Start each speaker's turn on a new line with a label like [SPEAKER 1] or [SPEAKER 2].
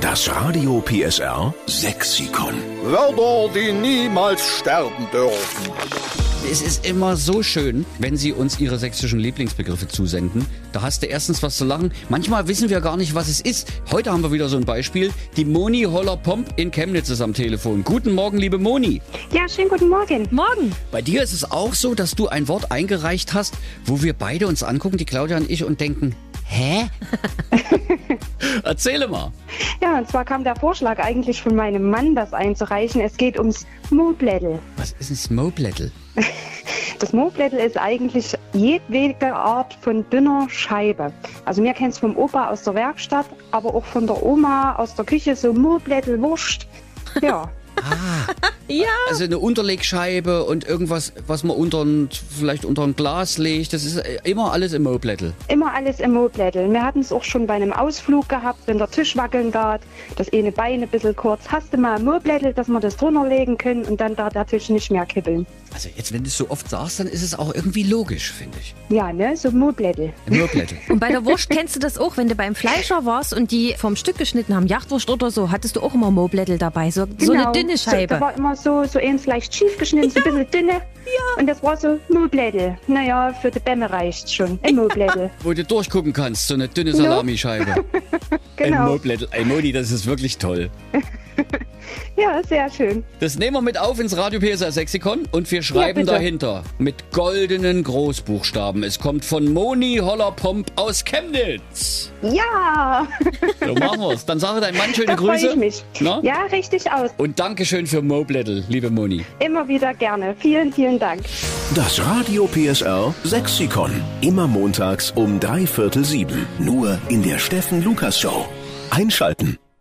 [SPEAKER 1] Das Radio PSR Sexikon.
[SPEAKER 2] Wörter, die niemals sterben dürfen.
[SPEAKER 3] Es ist immer so schön, wenn Sie uns Ihre sächsischen Lieblingsbegriffe zusenden. Da hast du erstens was zu lachen. Manchmal wissen wir gar nicht, was es ist. Heute haben wir wieder so ein Beispiel. Die Moni Holler Pomp in Chemnitz ist am Telefon. Guten Morgen, liebe Moni.
[SPEAKER 4] Ja, schönen guten Morgen.
[SPEAKER 5] Morgen.
[SPEAKER 3] Bei dir ist es auch so, dass du ein Wort eingereicht hast, wo wir beide uns angucken, die Claudia und ich, und denken, hä? Erzähle mal.
[SPEAKER 4] Ja, und zwar kam der Vorschlag eigentlich von meinem Mann, das einzureichen. Es geht ums Moblättel.
[SPEAKER 3] Was ist ein Smoblettel?
[SPEAKER 4] Das Moblättel ist eigentlich jedwede Art von dünner Scheibe. Also mir kennt es vom Opa aus der Werkstatt, aber auch von der Oma aus der Küche, so Moblättel, Wurst. Ja,
[SPEAKER 5] Ja.
[SPEAKER 3] Also eine Unterlegscheibe und irgendwas, was man unter ein, vielleicht unter ein Glas legt. Das ist immer alles im Moblettel.
[SPEAKER 4] immer alles im Moblättel. Wir hatten es auch schon bei einem Ausflug gehabt, wenn der Tisch wackeln geht, das eine Bein ein bisschen kurz. Hast du mal ein Moblättel, dass wir das drunter legen können und dann da der Tisch nicht mehr kippeln.
[SPEAKER 3] Also jetzt, wenn du es so oft sagst, dann ist es auch irgendwie logisch, finde ich.
[SPEAKER 4] Ja, ne, so Moblättel.
[SPEAKER 3] Im Moblettel.
[SPEAKER 5] Und bei der Wurst kennst du das auch, wenn du beim Fleischer warst und die vom Stück geschnitten haben, Jagdwurst oder so, hattest du auch immer Moblättel dabei, so, so eine
[SPEAKER 4] Genau.
[SPEAKER 5] dünne
[SPEAKER 4] So, da
[SPEAKER 5] Scheibe.
[SPEAKER 4] war immer so, so eins leicht schief geschnitten, so ein bisschen dünne. Ja. Und das war so Müllblättel. Naja, für die Bämme reicht schon. Ein Müllblättel.
[SPEAKER 3] Wo du durchgucken kannst, so eine dünne Salamischeibe. Im
[SPEAKER 4] Genau.
[SPEAKER 3] Moblettel. Ey Moni, das ist wirklich toll.
[SPEAKER 4] Ja, sehr schön.
[SPEAKER 3] Das nehmen wir mit auf ins Radio PSR Sexikon und wir schreiben
[SPEAKER 4] bitte.
[SPEAKER 3] dahinter mit goldenen Großbuchstaben. Es kommt von Moni Hollerpomp aus Chemnitz.
[SPEAKER 4] Ja,
[SPEAKER 3] So machen wir's. Dann sage deinem Mann schöne
[SPEAKER 4] da freue
[SPEAKER 3] Grüße.
[SPEAKER 4] ich mich.
[SPEAKER 3] Na?
[SPEAKER 4] Ja, richtig aus.
[SPEAKER 3] Und Dankeschön für Moblettel, liebe Moni.
[SPEAKER 4] Immer wieder gerne. Vielen, vielen Dank.
[SPEAKER 1] Das Radio PSR Sexikon. Immer montags um drei Viertel sieben. Nur in der Steffen Lukas Show. Einschalten.